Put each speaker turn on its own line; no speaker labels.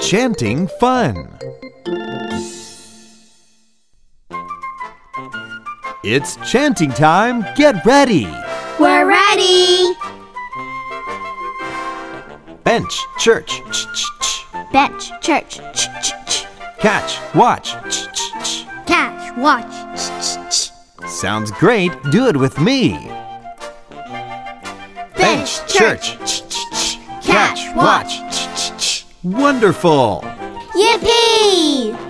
Enchanting Fun. It's chanting time. Get ready.
We're ready.
Bench, church, ch ch ch.
Bench, church, ch ch ch.
Catch, watch, ch ch ch.
Catch, watch, ch ch ch.
Sounds great. Do it with me. Bench, church,
ch ch ch.
Catch, watch, ch ch ch. Wonderful.
Yippee!